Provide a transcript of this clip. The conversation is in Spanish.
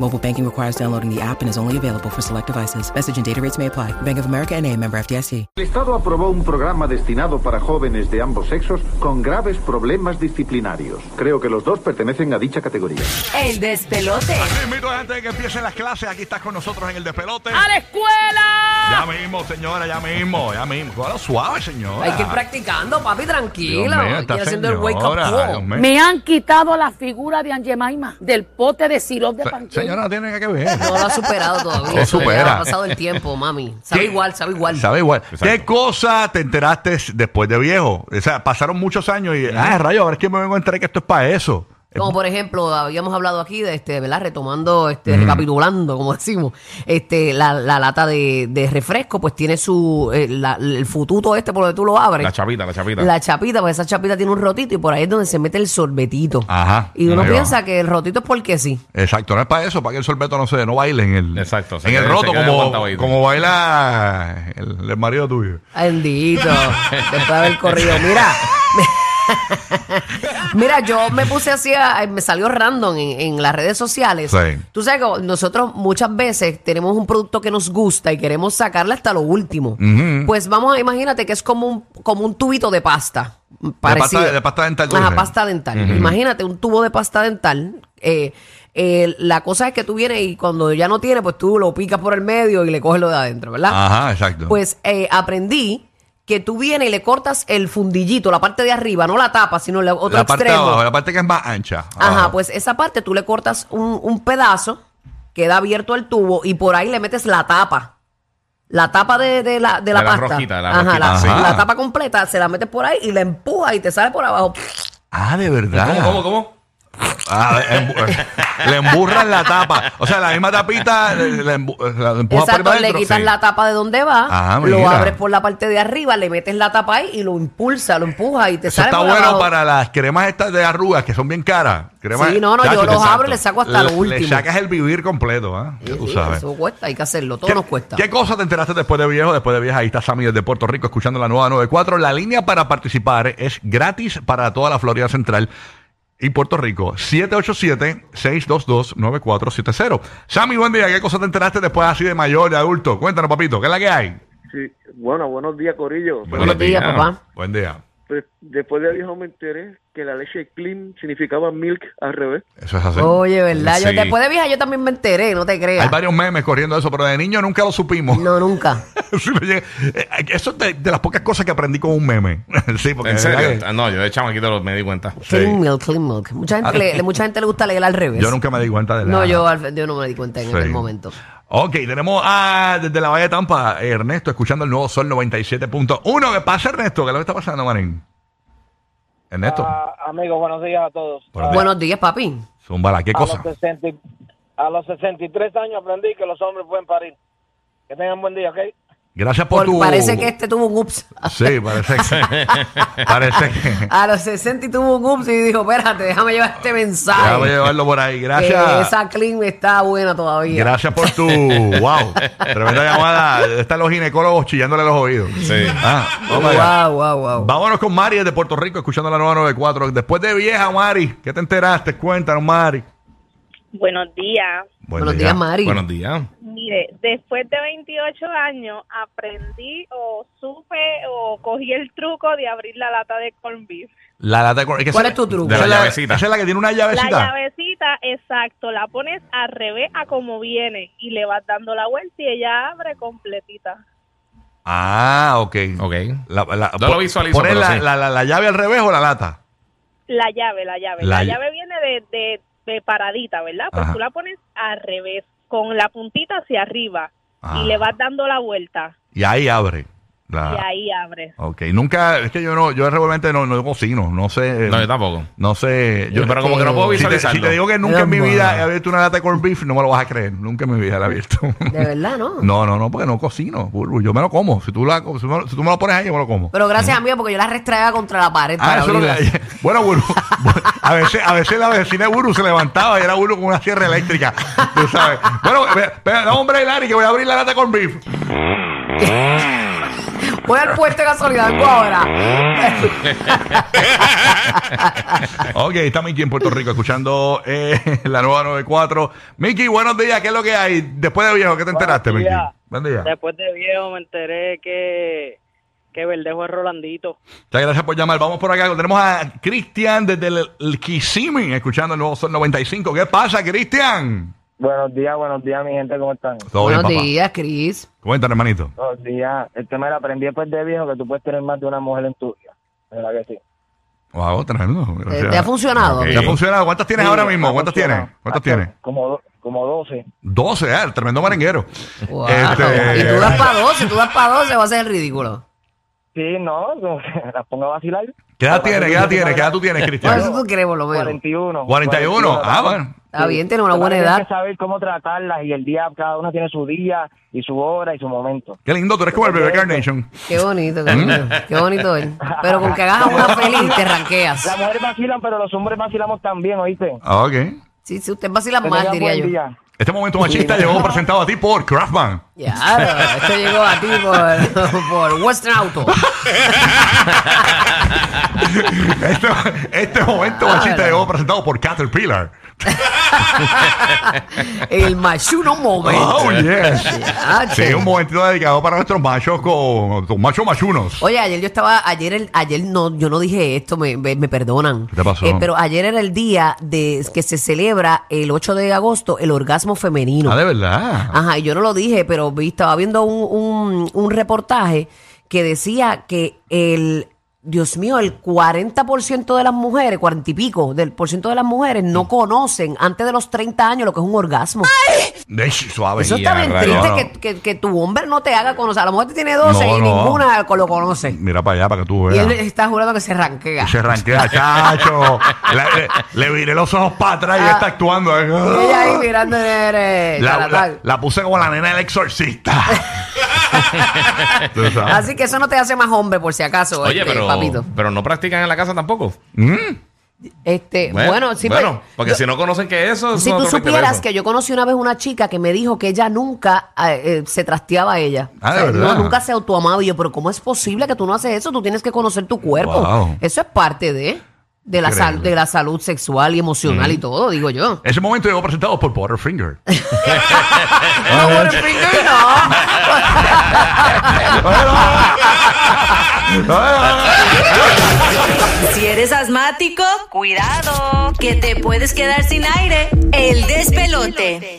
Mobile banking requires downloading the app and is only available for select devices. Message and data rates may apply. Bank of America and a member FDIC. El Estado aprobó un programa destinado para jóvenes de ambos sexos con graves problemas disciplinarios. Creo que los dos pertenecen a dicha categoría. El despelote. Te invito a gente que empiece las clases. Aquí estás con nosotros en el despelote. ¡A la escuela! Ya mismo, señora, ya mismo, ya mismo. Bueno, suave, señora. Hay que ir practicando, papi, tranquilo. Ah. Dios Hay mío, que esta ir haciendo el wake up señora, Dios call. mío. Me han quitado la figura de Angemaima del pote de sirope de panqueque. Señora, no tiene nada que ver. No lo ha superado todavía. No supera. Ya Ha pasado el tiempo, mami. Sabe Sí. igual, sabe igual. Sabe igual. ¿Qué cosa te enteraste después de viejo? O sea, pasaron muchos años y, ah, rayo, ahora es que me vengo a enterar que esto es para eso. Como por ejemplo, habíamos hablado aquí de este, ¿verdad? Retomando, este, recapitulando, como decimos, este, la, la lata de, de refresco, pues tiene su eh, la- el fututo este por donde tú lo abres. La chapita, la chapita. La chapita, pues esa chapita tiene un rotito y por ahí es donde se mete el sorbetito. Ajá. Y uno Ahí va. piensa que el rotito es porque sí. Exacto, no es para eso, para que el sorbeto no se no baile en el, Exacto, se en el quede- roto se quede como, aguantadito. como baila el, el marido tuyo. Bendito. Después de haber corrido. Mira. Mira, yo me puse así, a- me salió random en, en las redes sociales. Sí. Tú sabes que nosotros muchas veces tenemos un producto que nos gusta y queremos sacarle hasta lo último. Pues vamos a, imagínate que es como un, como un tubito de pasta. parecido. pasta- de pasta dental dulce. Ajá, pasta dental. Imagínate un tubo de pasta dental. eh, eh, la cosa es que tú vienes y cuando ya no tiene, pues tú lo picas por el medio y le coges lo de adentro, ¿verdad? Ajá, exacto. Pues eh, aprendí que tú vienes y le cortas el fundillito, la parte de arriba, no la tapa, sino el otro la parte de extremo. abajo, la parte que es más ancha. Ajá, Abajo. pues esa parte tú le cortas un, un pedazo, queda abierto el tubo y por ahí le metes la tapa. La tapa de, de la, de la De la pasta. rosquita, la Ajá, la, rosquita, sí. la tapa completa, se la metes por ahí y la empujas y te sale por abajo. Ah, de verdad. ¿Cómo, cómo, cómo? Ah, embu- le emburran la tapa. O sea, la misma tapita le- le embu- eh, la empujas por Exacto, ahí le adentro. quitas Sí. la tapa de donde va, Ah, lo mira. abres por la parte de arriba, le metes la tapa ahí y lo impulsa, lo empuja y te Eso sale está por bueno abajo. para las cremas estas de arrugas que son bien caras. Cremas- Sí, no, no, yo los abro y les saco hasta lo Le- último. Le sacas el vivir completo, ¿ah? Sí, Tú sí, sabes. Eso cuesta, hay que hacerlo, todo ¿Qué- nos cuesta. ¿Qué cosa te enteraste después de viejo? Después de vieja, ahí está Sammy desde Puerto Rico escuchando la nueva 94. La línea para participar es gratis para toda la Florida Central y Puerto Rico. 787-622-9470. Sammy, buen día. ¿Qué cosa te enteraste después así de mayor, de adulto? Cuéntanos, papito. ¿Qué es la que hay? Sí, bueno, buenos días, Corillo. Buenos días, papá. Buen día. Pues, después de viejo me enteré que la leche clean significaba milk al revés. Eso es así. Oye, ¿verdad? Yo, Sí. después de vieja yo también me enteré, no te Hay creas. varios memes corriendo eso, pero de niño nunca lo supimos. No, nunca. Sí, lo llegué- eh, Eso es de, de las pocas cosas que aprendí con un meme. sí, porque ¿En de serio? verdad Ah, No, yo de chamaquito lo- me di cuenta. que- Clean sí. milk, clean milk. Mucha gente, le, mucha gente le gusta leer al revés. Yo nunca me di cuenta de la... No, yo, al- yo no me di cuenta en Sí. aquel momento. Ok, tenemos a, desde la Valle de Tampa, Ernesto, escuchando el nuevo Sol 97.1. ¿Qué pasa, Ernesto? ¿Qué es lo que está pasando, Marín? Ernesto, Ah, amigos, buenos días a todos. Buenos días. Buenos días, papi. zúmbala, ¿qué ah, a, cosa? Los 60 y- a los 63 años aprendí que los hombres pueden parir. Que tengan buen día, ¿ok? Gracias por, Por- tu... Parece que este tuvo un ups. Sí, parece que... parece que... A los 60 y tuvo un ups y dijo, espérate, déjame llevar este mensaje. Déjame llevarlo por ahí. que Gracias. esa clean está buena todavía. Gracias por tu. ¡Wow! Tremenda llamada. Están los ginecólogos chillándole los oídos. Sí. Ah, oh my God. Wow, wow, wow. Vámonos con Mari de Puerto Rico, escuchando la nueva 94. Después de vieja, Mari, ¿qué te enteraste? Cuéntanos, Mari. Buenos días. Buen Buenos día. días, Mari. Buenos días. Mire, después de 28 años aprendí o supe o cogí el truco de abrir la lata de corn beef. La lata de cor- que ¿Cuál esa- es tu truco? De esa la es llavecita. Esa es la que tiene una La llavecita. llavecita, exacto, la pones al revés a como viene y le vas dando la vuelta y ella abre completita. Ah, ok. Ok. La, la- No lo visualizo, ¿Pones pero la, sí. la- la- la llave al revés o la lata? La llave, la llave. La La, ll- llave viene de, de, de paradita, ¿verdad? Pues Ajá. tú la pones al revés, con la puntita hacia arriba Ah. Ah. y le vas dando la vuelta. Y ahí abre. La- Y ahí abre. Ok, nunca, es que yo no, yo realmente no, no cocino, no sé. eh, No, yo tampoco. No sé. Yo, pero como que no puedo si te, si visualizarlo. te digo que nunca en mi Caramba. vida he abierto una lata de corned beef, no me lo vas a creer. Nunca en mi vida la he abierto. De verdad, ¿no? No, no, no, porque no cocino, Burbu. Yo me lo como. Si tú, la, si me lo- si tú me lo pones ahí, yo me lo como. Pero gracias a mí, porque yo la restraía contra la pared. Ah, para eso es lo que- abrirla. Bueno, Burbu, bu- a veces, a veces la vecina de Burbu se levantaba y era Burbu con una sierra eléctrica. Tú sabes. Bueno, ve- ve- dame un break, Larry, que voy a abrir la lata con beef. Voy al puesto de gasolina, vengo ahora. ok, está Mickey en Puerto Rico escuchando eh, la nueva 94. Mickey, buenos días, ¿qué es lo que hay? Después de viejo, ¿qué te enteraste, Buenos Mickey? días. Buen día. Después de viejo me enteré que, que Verdejo es Rolandito. Muchas gracias por llamar. Vamos por acá. Tenemos a Cristian desde el, el Kissimmee escuchando el nuevo Sol 95. ¿Qué pasa, Cristian? Buenos días, buenos días, mi gente, ¿cómo están? Todo Buenos bien, papá. días, Cris. Cuéntame, hermanito. Buenos días. El tema era aprendí después de viejo que tú puedes tener más de una mujer en tu vida. ¿Verdad que sí? Wow, tremendo. ¿Te, Gracias. Eh, te ha funcionado? Ok. ¿Te ha funcionado? ¿Cuántas tienes Sí, ahora mismo? ha ¿Cuántas funcionado. tienes? ¿Cuántas Hasta tienes? Como, do- como 12. 12, ah, el tremendo merenguero. Wow. Este- Y tú das para 12, tú das para 12, va a ser el ridículo. Sí, no, como que las pongo a vacilar. ¿Qué edad Para tienes? que ¿Qué edad tú tienes? ¿Qué edad tú tienes, Bueno, Cristian? eso tú crees, por lo menos. 41. 41. Ah, bueno. Está bien, tiene una Lo que buena pasa es que edad. Hay que saber cómo tratarlas y el día, cada una tiene su día y su hora y su momento. Qué lindo, tú eres como el bebé Carnation. Qué Mm. bonito, cariño. Qué bonito él. Pero con que hagas a una feliz, te ranqueas. Las mujeres vacilan, pero los hombres vacilamos también, ¿oíste? Ah, Ok. Sí, sí, usted vacila Que mal, tengan diría buen yo. día. Este momento machista llegó presentado a ti por Craftman. Ya, pero esto llegó a ti por, por Western Auto. Este, este momento Ah, machista llegó presentado por Caterpillar. El machuno momento. Oh, yes. Ya, Sí, che. un momentito dedicado para nuestros machos con tus machos machunos. Oye, ayer yo estaba, ayer el- ayer no, yo no dije esto, me, me- me perdonan. Eh, ¿Qué te pasó? pero ayer era el día de que se celebra el 8 de agosto el orgasmo femenino. Ah, de verdad. Ajá, y yo no lo dije, pero vi, estaba viendo un, un- un reportaje que decía que el, Dios mío, el 40% de las mujeres, 40 y pico del por ciento de las mujeres no conocen antes de los 30 años lo que es un orgasmo. Ey, suave. Eso está ya, bien rayos, triste no. que, que- que tu hombre no te haga conocer. A lo mejor te tiene 12 No, y no. ninguna lo conoce. Mira para allá para que tú Y veas. él está jurando que se ranquea. Se ranquea, chacho. Le, le- le viré los ojos para atrás y ella está actuando. Ah. Ella ahí mirando eh, de La, la- la puse como la nena del exorcista. Tú sabes. Así que eso no te hace más hombre, por si acaso, Oye, este, pero, papito. pero no practican en la casa tampoco. Este, bueno, sí, bueno, pero- porque yo- si no conocen que eso... Si no tú practican supieras eso. que yo conocí una vez una chica que me dijo que ella nunca eh, eh, se trasteaba a ella. Ah, ¿de no, verdad? nunca se autoamaba. Y yo, pero ¿cómo es posible que tú no haces eso? Tú tienes que conocer tu cuerpo. Wow. Eso es parte de, de, la, sal- Increíble. Mm. de la salud sexual y emocional y todo, digo yo. Ese momento llegó presentado por Butterfinger. Eh. No, Butterfinger, Si eres asmático, cuidado, que te puedes quedar sin aire. El despelote.